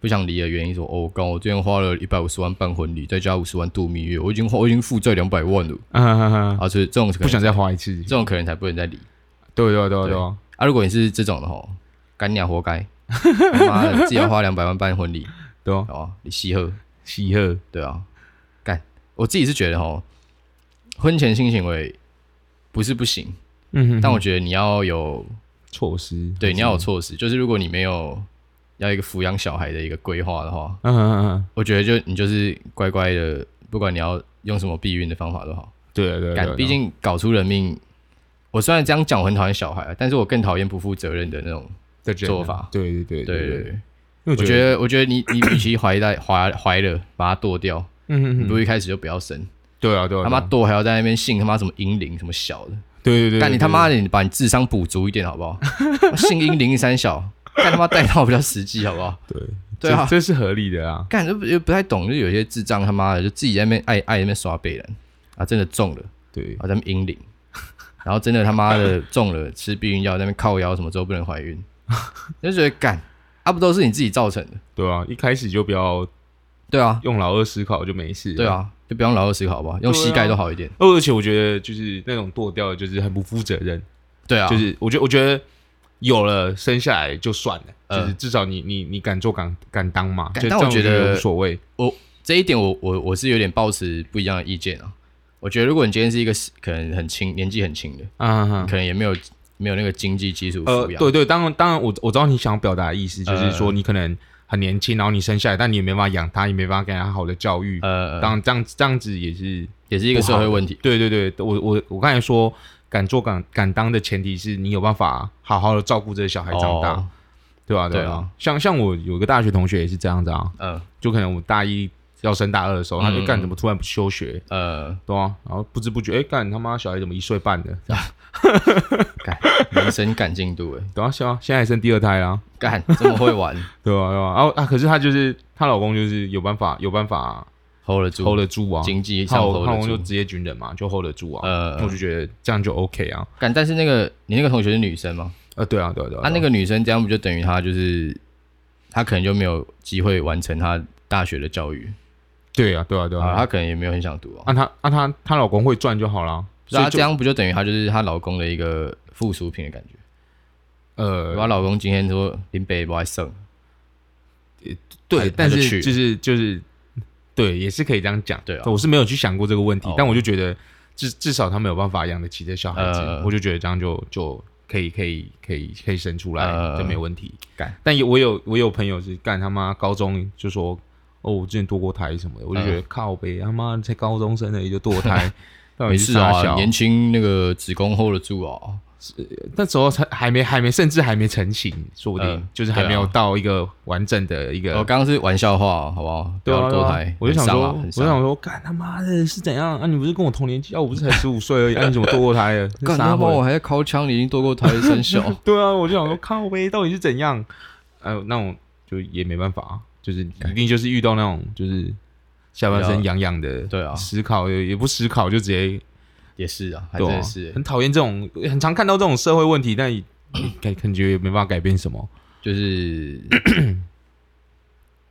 B: 不想离的原因说，哦，刚我最近花了一百五十万办婚礼，再加五十万度蜜月，我已经花我已经负债两百万了，
A: 啊哈哈哈，
B: 啊，所以这种可
A: 不
B: 能
A: 想再花一次。
B: 这种可能才不能再离
A: 对对对对
B: 对
A: 啊，
B: 啊。如果你是这种的吼，干你娘活该， *laughs* 他妈的自己要花两百万办婚礼，
A: 对啊，
B: 好吧，你稀喝，
A: 喜贺，
B: 对啊，干，我自己是觉得吼，婚前性行为不是不行，
A: 嗯
B: 但我觉得你要有
A: 措施，
B: 对你要有措施，就是如果你没有要一个抚养小孩的一个规划的话，
A: 嗯嗯嗯嗯，
B: 我觉得就你就是乖乖的，不管你要用什么避孕的方法都好，
A: 对啊对对对
B: 干，
A: 对，
B: 毕竟搞出人命。我虽然这样讲，我很讨厌小孩，啊但是我更讨厌不负责任的那种。
A: 的人啊
B: 做法
A: 对对对
B: 对对对
A: 对，，因为
B: 我
A: 我
B: 觉
A: 得，
B: 得我觉得你你与其怀带怀怀了，把它剁掉，你
A: 嗯嗯嗯，
B: 不如一开始就不要生，
A: 对啊对啊，
B: 他妈
A: 对啊
B: 剁还要在那边信他妈什么阴灵什么小的，
A: 对对对，
B: 干
A: 对
B: 你他妈的，你把你智商补足一点好不好？姓殷零三小，干他妈带到比较实际好不好？
A: 对
B: 对啊
A: 这这是合理的啊。
B: 干就不就不太懂，就有些智障他妈的就自己在那边爱爱在那边耍北人啊，真的中了，
A: 对
B: 然，后在那边阴灵，然后真的他妈的中了，吃避孕药在那边靠腰什么之后不能怀孕，就觉得干啊不都是你自己造成的？
A: 对啊，一开始就不要
B: 对啊，
A: 用老二思考就没事。
B: 对，啊，就不用老二思考好不好？用
A: 对啊
B: 膝盖都好一点。
A: 而且我觉得就是那种剁掉的，就是很不负责任。
B: 对啊，
A: 就是我觉得我觉得有了生下来就算了，
B: 呃
A: 就是至少你你你敢做敢敢当嘛，
B: 敢
A: 就
B: 但
A: 这样
B: 我觉得
A: 无所谓。
B: 我这一点我我我是有点抱持不一样的意见啊。我觉得如果你今天是一个可能很轻年纪很轻的，
A: 啊哈哈
B: 可能也没有没有那个经济基础
A: 呃
B: 抚，养，
A: 对对，当然当然我，我知道你想表达的意思，就是说
B: 呃
A: 你可能很年轻，然后你生下来，但你也没办法养他，也没办法给他好的教育。
B: 呃，
A: 当然这样这样子也是，
B: 也是一个社会问题。
A: 对对对，我我我刚才说敢做敢敢当的前提是你有办法好好的照顾这个小孩长大，
B: 哦
A: 对吧、
B: 对
A: 吧、
B: 啊
A: 像像我有个大学同学也是这样子啊，
B: 嗯
A: 就可能我大一要升大二的时候，他就
B: 嗯
A: 干怎么突然不休学，
B: 呃，
A: 对啊，然后不知不觉，哎、干他妈小孩怎么一岁半的，
B: 人生赶进度哎，
A: 对啊，现在现在还生第二胎啦、
B: *laughs* 干这么会玩
A: 对啊，对啊，然后啊，可是她就是她老公就是有办法有办法
B: ，hold 得
A: *laughs*
B: 住
A: hold 得住啊，
B: 经济
A: 她
B: 上
A: 老
B: hold
A: 她老公就
B: 得住。
A: 职业军人嘛，就 hold 得住啊，
B: 呃
A: 我就觉得这样就 OK 啊，
B: 干，但是那个你那个同学是女生吗？
A: 呃，对啊，对啊，对啊，
B: 啊，那
A: 对啊
B: 个女生这样不就等于她就是她可能就没有机会完成她大学的教育
A: 对啊，对啊，对
B: 啊，
A: 啊，
B: 她可能也没有很想读啊。
A: 按她按她她老公会赚就好啦，
B: 所
A: 所
B: 以她
A: 以就
B: 这样不就等于她就是她老公的一个附属品的感觉？
A: 呃，
B: 她老公今天说林北不爱送，她
A: 对，啊
B: 她
A: 但
B: 就去
A: 是
B: 了
A: 就是就是对，也是可以这样讲。
B: 对啊
A: 我是没有去想过这个问题，
B: 哦
A: 但我就觉得至至少他们有办法养得起这小孩子，
B: 呃
A: 我就觉得这样就就可以可以可以可以生出来，
B: 呃
A: 这没问题。
B: 干，
A: 但有我有我有朋友是干他妈高中就说哦，我之前堕过胎什么的，我就
B: 呃
A: 觉得、靠北他妈才高中生而已就堕
B: *laughs*
A: 胎。到
B: 没
A: 底是
B: 事
A: 啥
B: 啊，
A: 小？
B: 年轻那个子宫 hold 得住哦。
A: 那时候才还没还没，甚至还没成型，说不定、
B: 呃
A: 就是还没有
B: 对啊
A: 到一个完整的一个
B: 我哦刚刚是玩笑话，哦好不好？不
A: 对
B: 要
A: 啊啊，对
B: 堕
A: 啊
B: 胎，
A: 我就想
B: 很伤
A: 说，
B: 啊
A: 我
B: 很
A: 就
B: 伤
A: 想说，干他妈的是怎样啊？你不是跟我同年纪啊？我不是才十五岁
B: *laughs*
A: 而已，啊你怎么堕过胎了？
B: 干
A: 啥
B: 他妈！
A: 货，
B: 我还在靠枪，你已经堕过胎生小
A: *laughs* 对啊，我就想说，靠呗，到底是怎样？呃，那种就也没办法啊，就是一定就是遇到那种就是下半身痒痒的，
B: 对啊
A: 思考也也不思考就直接，
B: 也是啊，还
A: 对
B: 真
A: 啊
B: 的是，
A: 很讨厌这种，很常看到这种社会问题，但也感感觉也没办法改变什么。
B: 就是
A: *coughs*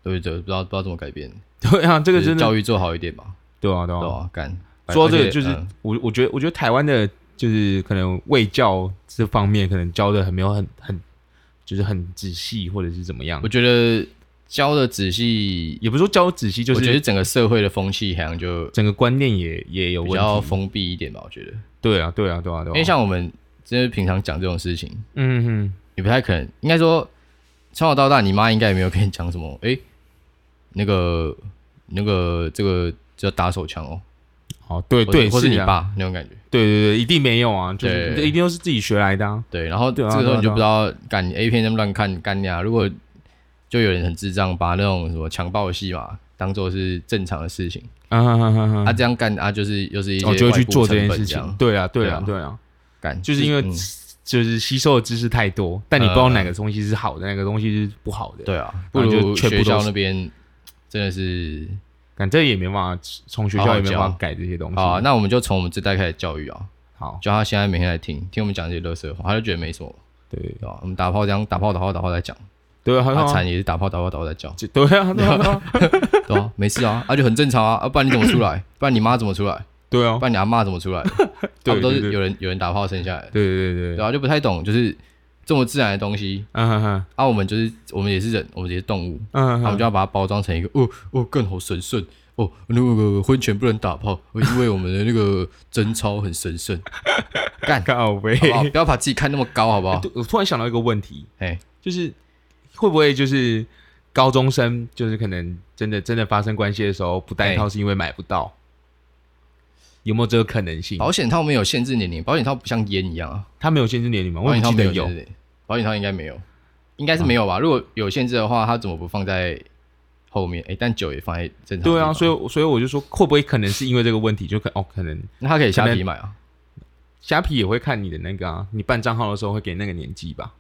B: 对对，不知道不知道怎么改变，
A: 对啊，这
B: 这
A: 个真的，
B: 教育做好一点吧，
A: 对啊，对啊。
B: 对吧？干，
A: 说到这
B: 而且
A: 个，就是、
B: 嗯
A: 我我觉得，我觉得台湾的，就是可能卫教这方面，可能教的很没有很很，就是很仔细，或者是怎么样
B: 我，觉得教的仔细，
A: 也不是说教仔细，就
B: 我觉得
A: 是
B: 整个社会的风气好像就
A: 整个观念也也有
B: 比
A: 问
B: 较
A: 题。
B: 封闭一点吧，我觉得，
A: 对啊，对啊，对啊，对啊。
B: 因为像我们真的平常讲这种事情，
A: 嗯哼，
B: 你不太可能，应该说从小到大，你妈应该也没有跟你讲什么，哎、那个那个这个就打手枪哦，
A: 好，对
B: 或
A: 对，
B: 或是你
A: 啊，
B: 爸那种感觉，
A: 对对对，一定没有啊，就
B: 对
A: 是
B: 对对
A: 这一定都是自己学来的啊。
B: 对，然后这
A: 对啊
B: 个时
A: 对
B: 候
A: 啊
B: 你就不知道，干、你 A 片那么乱看干呀、如果就有人很智障，把那种什么强暴戏嘛当做是正常的事情，
A: 啊哈哈哈哈
B: 啊，这样干啊就是又是一些
A: 哦我就会
B: 外
A: 去
B: 部
A: 做这
B: 成
A: 件
B: 本
A: 事
B: 这样
A: 情。对啊，对啊，
B: 对
A: 对啊，
B: 干
A: 就是因为
B: 嗯
A: 就是吸收的知识太多，但你不知道
B: 呃
A: 哪个东西是好的，哪个东西是不好的。
B: 对啊，不
A: 然后就
B: 如
A: 全部
B: 学
A: 都
B: 校
A: 是
B: 那边真的是
A: 感这也没办法，从学
B: 好
A: 校
B: 好
A: 也没办
B: 教
A: 法改这些东西。
B: 好啊，那我们就从我们这代开始教育啊，
A: 好，
B: 叫他现在每天来听听我们讲这些乐色话，他就觉得没什么，
A: 对
B: 对吧？我们打炮这样打炮打炮打炮在讲，
A: 对啊，很
B: 他
A: 好啊，
B: 惨也是打炮打炮打炮在叫，
A: 这 *laughs* 对啊，对
B: *laughs*
A: 啊，
B: 对啊，没事啊，啊就很正常啊，啊不然你怎么
A: *laughs*
B: 出来？不然你妈怎么出来？
A: 对啊
B: 不，然你阿妈怎么出来？他
A: *laughs* 对
B: 们都
A: 对
B: 是
A: 对
B: 有人有人打炮生下来的，
A: 对对
B: 对
A: 对，
B: 啊，就不太懂，就是这么自然的东西
A: 嗯哼哼，
B: 啊，我们就是我们也是人，我们也是动物，啊
A: 嗯
B: 那我们
A: 哼哼，
B: 就要把它包装成一个哦哦更好神圣哦，那个婚前不能打炮，哦因为我们的那个 *laughs* 贞操很神圣，干
A: 靠背
B: 好。不
A: *laughs*
B: 好？不要把自己看那么高，好不好？
A: 我突然想到一个问题，
B: 哎，
A: 就是会不会就是高中生，就是可能真的真的发生关系的时候不
B: 哎
A: 戴套，是因为买不到？有没有这个可能性？
B: 保险套没有限制年龄，保险套不像烟一样啊，
A: 他没有限制年龄吗？
B: 保
A: 我
B: 险
A: 怎
B: 套
A: 么记
B: 没
A: 得
B: 有
A: 有
B: 限制，年龄，保险套应该没有，应该是没有吧？如果有限制的话，它怎么不放在后面？哎，但酒也放在正常的地方，
A: 对啊啊，所以所以我就说，会不会可能是因为这个问题，就可哦，可能
B: 那它可以下
A: 可能
B: 底买啊，
A: 虾皮也会看你的那个啊，你办账号的时候会给那个年纪吧？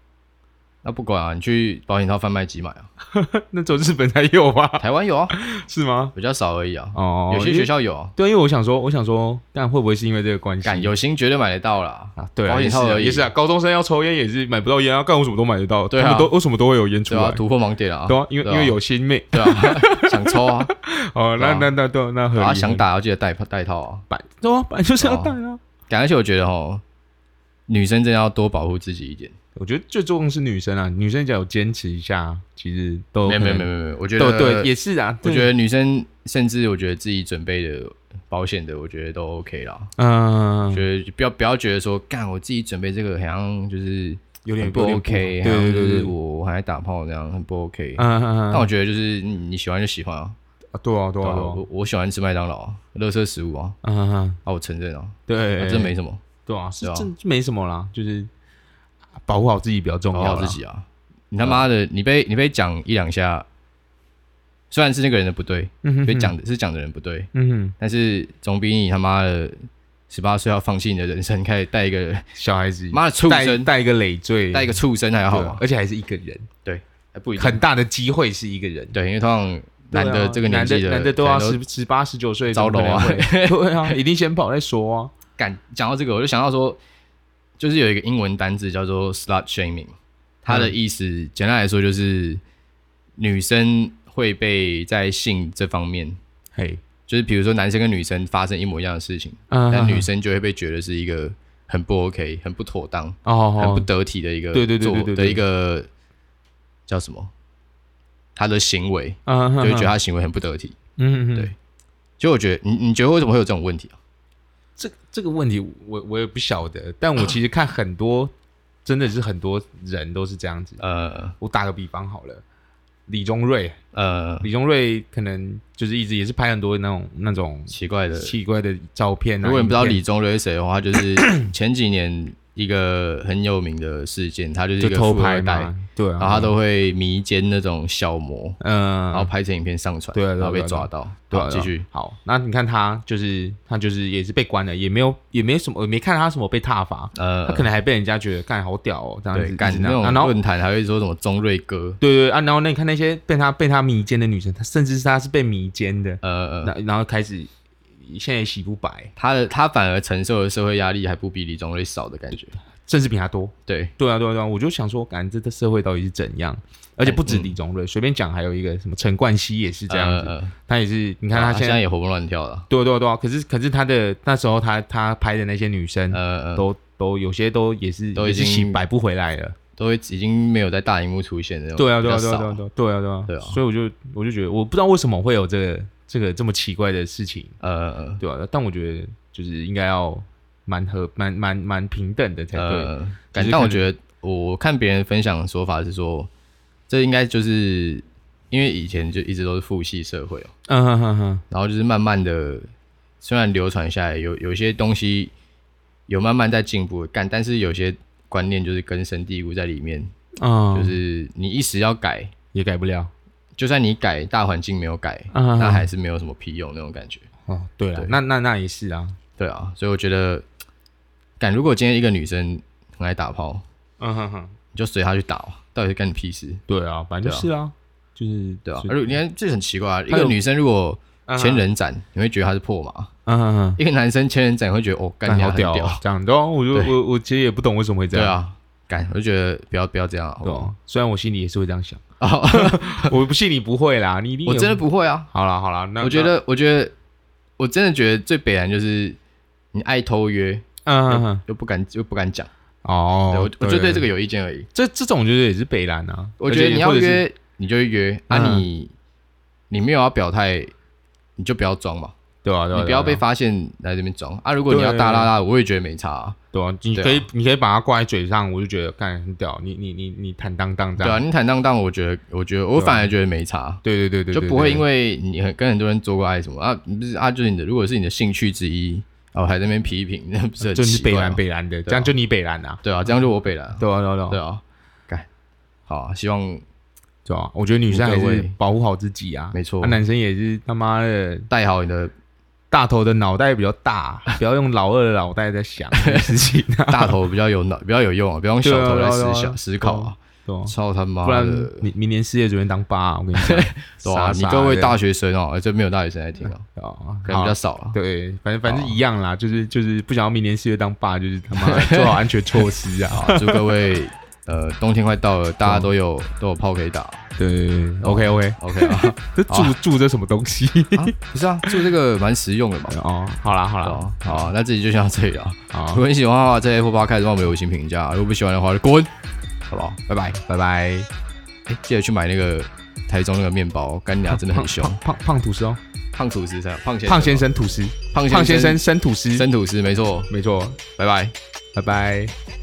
B: 那不管啊，你去保险套贩卖机买啊，
A: *laughs* 那只有日本才有吧？ *laughs*
B: 台湾有啊，
A: 是吗？
B: 比较少而已啊。
A: 哦，
B: 有些
A: 因为
B: 学校有、啊，
A: 对，因为我想说，我想说，但会不会是因为这个关系？
B: 敢有心绝对买得到啦。
A: 啊，对啊，
B: 保险
A: 也是
B: 套
A: 啊
B: 而已
A: 也是啊，高中生要抽烟也是买不到烟啊，干我什么都买得到，
B: 对啊
A: 他们都为什么都会有烟出
B: 对啊，
A: 来？
B: 突破盲点了啊。
A: 对啊，因为
B: 对
A: 因为有心妹
B: 对啊， *laughs* 想抽啊，
A: 哦，
B: 对啊
A: 那那那对， *laughs* 那合
B: 然后
A: 理。
B: 想打要记得带带套啊。
A: 板，对啊，板就是要
B: 对啊
A: 带啊。
B: 感而且我觉得哦，女生真的要多保护自己一点。我
A: 我觉得最重要的是女生啊，女生只要有坚持一下，啊其实都
B: 没有没有没
A: 有，
B: 有没有没有，我觉得
A: 对对，也是啊。
B: 我觉
A: 得，
B: 得女生甚至我觉得自己准备的保险的，我觉得都 OK 啦。
A: 嗯，
B: 觉得不要不要觉得说，干我自己准备这个好像就是
A: 有点
B: 很不
A: 有点
B: OK，
A: 对
B: 好像
A: 对
B: 就
A: 对
B: 是
A: 对，
B: 我我还打炮这样很不 OK。
A: 嗯嗯
B: 但我
A: 嗯
B: 觉得就是你你喜欢就喜欢啊，
A: 啊，对啊对啊
B: 对啊
A: 对啊，
B: 我我喜欢吃麦当劳啊，乐色食物啊，
A: 嗯嗯嗯，
B: 啊我承认啊，
A: 对
B: 啊，这没什么，
A: 对啊，是
B: 对啊
A: 这这没什么啦，就是保护好自己比较重
B: 搞
A: 要
B: 好
A: 哦啦
B: 自。己啊。你他妈的，你被你被讲一两下，虽然是那个人的不对，
A: 嗯哼
B: 被
A: 哼
B: 讲的是讲的人不对，
A: 嗯哼，
B: 但是总比你他妈的十八岁要放弃你的人生，开始带一个
A: 小孩子，
B: 妈的畜
A: 嗯带
B: 生，
A: 带一个累赘，
B: 带一个畜生还好啊
A: 对啊
B: 吧？
A: 而且还是一个人，
B: 哎不一定，
A: 很大的机会是一个人。
B: 对，因为通常男
A: 对
B: 的
A: 啊
B: 这个年纪
A: 男的
B: 的，
A: 男的都要
B: 可能
A: 十十八十九岁
B: 糟
A: 怎么可能 *laughs* 会对啊，一定先跑再
B: *laughs*
A: 说啊。
B: 敢讲到这个，我就想到说，就是有一个英文单字叫做 slut shaming，它
A: 嗯
B: 的意思、简单来说就是女生会被在性这方面，
A: 嘿，
B: 就是比如说男生跟女生发生一模一样的事情，
A: 嗯
B: 但女生就会被觉得是一个很不 OK、很不妥当、
A: 哦，
B: 很不
A: 哦
B: 得体的一个
A: 对对对
B: 做
A: 对对
B: 的
A: 对
B: 一个叫什么？他的行为
A: 嗯，
B: 就会觉得
A: 得
B: 他行为很不得体。
A: 嗯，嗯嗯
B: 对就我觉得，你你觉得为什么会有这种问题啊？
A: 这这个问题我我也不晓得，但我其实看很多，真的是很多人都是这样子。
B: 呃
A: 我打个比方好了，李宗瑞，
B: 呃，
A: 李宗瑞可能就是一直也是拍很多那种那种
B: 奇怪的
A: 奇怪的照片啊。
B: 如果你不知道
A: 影片
B: 李宗瑞是谁的话，他就是
A: *coughs*
B: 前几年一个很有名的事件，他就是一
A: 就
B: 个
A: 偷
B: 富二
A: 拍
B: 代，
A: 嘛，对啊，
B: 然后他都会迷奸那种小模，然后
A: 嗯，
B: 拍成影片上传，
A: 对啊对啊
B: 然后被
A: 对啊
B: 抓到，
A: 对啊
B: 好
A: 对
B: 继
A: 啊
B: 续，
A: 好，那你看他就是他就是也是被关了，也没有也没什么，没看他什么被挞伐，
B: 呃，
A: 他可能还被人家觉得干好屌哦，这样
B: 对
A: 子，
B: 干
A: 一直
B: 那
A: 那样啊
B: 种
A: 然后
B: 论坛还会说什么宗瑞哥，
A: 对对啊，然后那你看那些被他被他迷奸的女生，她甚至是她是被迷奸的，
B: 呃，
A: 那
B: 呃
A: 然后开始现在也洗不白，
B: 他的他反而承受的社会压力还不比李宗瑞少的感觉，
A: 甚至比他多。
B: 对，
A: 对啊，对啊，对啊，我就想说，感觉这这社会到底是怎样？而且
B: 哎
A: 不止李宗瑞，随便讲还有一个什么陈冠希也是这样子，
B: 嗯呃，呃
A: 他也是，你看他
B: 啊
A: 现
B: 现
A: 在，
B: 在也活蹦乱跳了，
A: 对啊对啊对啊，可是可是他的那时候他他拍的那些女生，
B: 呃，呃
A: 都都有些都也是
B: 都
A: 也
B: 已
A: 是
B: 经
A: 洗白不回来了。
B: 都会已经没有在大荧幕出现的那种，
A: 对啊，对啊，
B: 比较
A: 对啊，
B: 少
A: 对啊，对啊，对啊，对啊，
B: 对啊
A: 所以我就我就觉得，我不知道为什么会有这个这个这么奇怪的事情，
B: 呃呃
A: 对啊，但我觉得就是应该要蛮和蛮蛮蛮平等的才对。
B: 呃，
A: 只
B: 感
A: 是
B: 但我
A: 看
B: 觉得我看别人分享的说法是说，这应该就是因为以前就一直都是父系社会哦，
A: 嗯哼哼哼，
B: 然后就是慢慢的，虽然流传下来有有些东西有慢慢在进步干，但是有些观念就是根深蒂固在里面，
A: 嗯，
B: 就是你一时要改，
A: 也改不了。
B: 就算你改，大环境没有改，
A: 嗯，
B: 那还是没有什么屁用那种感觉。
A: 哦，对了
B: 对，
A: 那那那也是啊。
B: 对啊，所以我觉得，干如果今天一个女生很爱打炮，
A: 嗯哼哼，
B: 你就随她去打哦，到底是干你屁事？
A: 对啊，反正就是啊，就是
B: 对啊，
A: 就
B: 而且你看这很奇怪啊，一
A: 他
B: 个
A: 有
B: 女生如果
A: 嗯哼
B: 千人斩，你会觉得她是破马；
A: 嗯哼哼，
B: 一个男生千人斩，你会觉得哦，干
A: 干
B: 你娘
A: 好
B: 很
A: 屌哦，这样对啊，我就
B: 对
A: 我我其实也不懂为什么会这
B: 对
A: 样，
B: 啊，干，我就觉得不要不要这样啊，好不
A: 对
B: 好
A: 啊，虽然我心里也是会这样想，
B: 哦，
A: 我不信你不会啦，你一定
B: 我
A: 有
B: 真的不会啊，
A: 好啦好啦，那
B: 我觉，得我觉得我真的觉得最北然就是你爱偷约，
A: 那嗯嗯嗯，
B: 又不敢又不敢讲，
A: 哦
B: 对，我我就对这
A: 个
B: 个有意见而已。
A: 这这种就是也是北兰啊，
B: 我觉
A: 而
B: 得
A: 且
B: 你要
A: 或者是，
B: 约你就约，啊
A: 嗯
B: 你你没有要表态，你就不要装嘛，
A: 对啊对啊，对啊
B: 你不要被
A: 对啊
B: 发现来这边装啊。如果你要
A: 对
B: 大拉拉，我也觉得没差啊。
A: 对啊，你
B: 对啊
A: 可以你可以把它挂在嘴上，我就觉得干很屌，你你你你坦荡荡这
B: 对啊，
A: 样，
B: 你坦荡荡，我觉得，我觉得，我
A: 对啊
B: 反而觉得没差，
A: 对对对对，
B: 就
A: 对
B: 不会因。
A: 对
B: 为你很跟很多人做过爱什么啊，不是啊，就是你的，如果是你的兴趣之一，哦，还在那边批评，那不是很
A: 就你
B: 奇怪
A: 北
B: 吗
A: 兰北兰的，
B: 对啊
A: 这样就你北兰啊，
B: 对啊，这样就我北了，
A: 对啊对啊对
B: 对
A: 啊
B: 啊，干，好啊，希望
A: 对啊，我觉得女生还
B: 各
A: 是
B: 位
A: 保护好自己啊，
B: 没错
A: 啊男生也是他妈的
B: 带好你的
A: 大头的脑袋比较
B: *laughs*
A: 大，不要用老二的脑袋在想这些事情、啊，
B: 大头比较有脑，比较有用啊，不要用小头来
A: 对啊对啊
B: 思
A: 对啊
B: 想思考啊，
A: 对啊
B: 操他妈
A: 不然
B: 的，
A: 你明年世界准备当八、啊，我跟你
B: *laughs*
A: 讲，
B: 对啊，
A: 傻
B: 你
A: 傻
B: 各位
A: 的
B: 大学生哦，哎这没有大学生在听哦，
A: 哦，
B: 可能比较
A: 好
B: 少啊了。
A: 对，反正反正一样啦，就是就是不想要明年世界当爸，就是他
B: *laughs*
A: 妈做好安全措施啊。
B: 啊，祝各位呃冬天快
A: *laughs*
B: 到了，大家都有都有炮可以打
A: 对对对，OK OK，*laughs*
B: ，OK 啊，
A: 这住住这什么东西？
B: 啊不是啊，做这个蛮实用的
A: *laughs*
B: 嘛。
A: 哦，好啦好
B: 好
A: 啦，
B: 啊，好啊，那这集就先到这里了。如
A: 好，
B: 果你喜欢的话，在 Apple Podcast 帮我们有五星评价；如果不喜欢的话，就滚，好不好？拜拜。
A: 拜拜。
B: 哎，记得去买那个台中那个面包，干娘真的很凶
A: 胖。胖 *laughs* 胖吐司哦，
B: 胖吐司才胖先哦
A: 胖先，生吐司，
B: 胖
A: 胖先
B: 先
A: 生
B: 生，
A: 生吐司，
B: 生吐司没错。
A: 没错，
B: 拜拜。
A: 拜拜。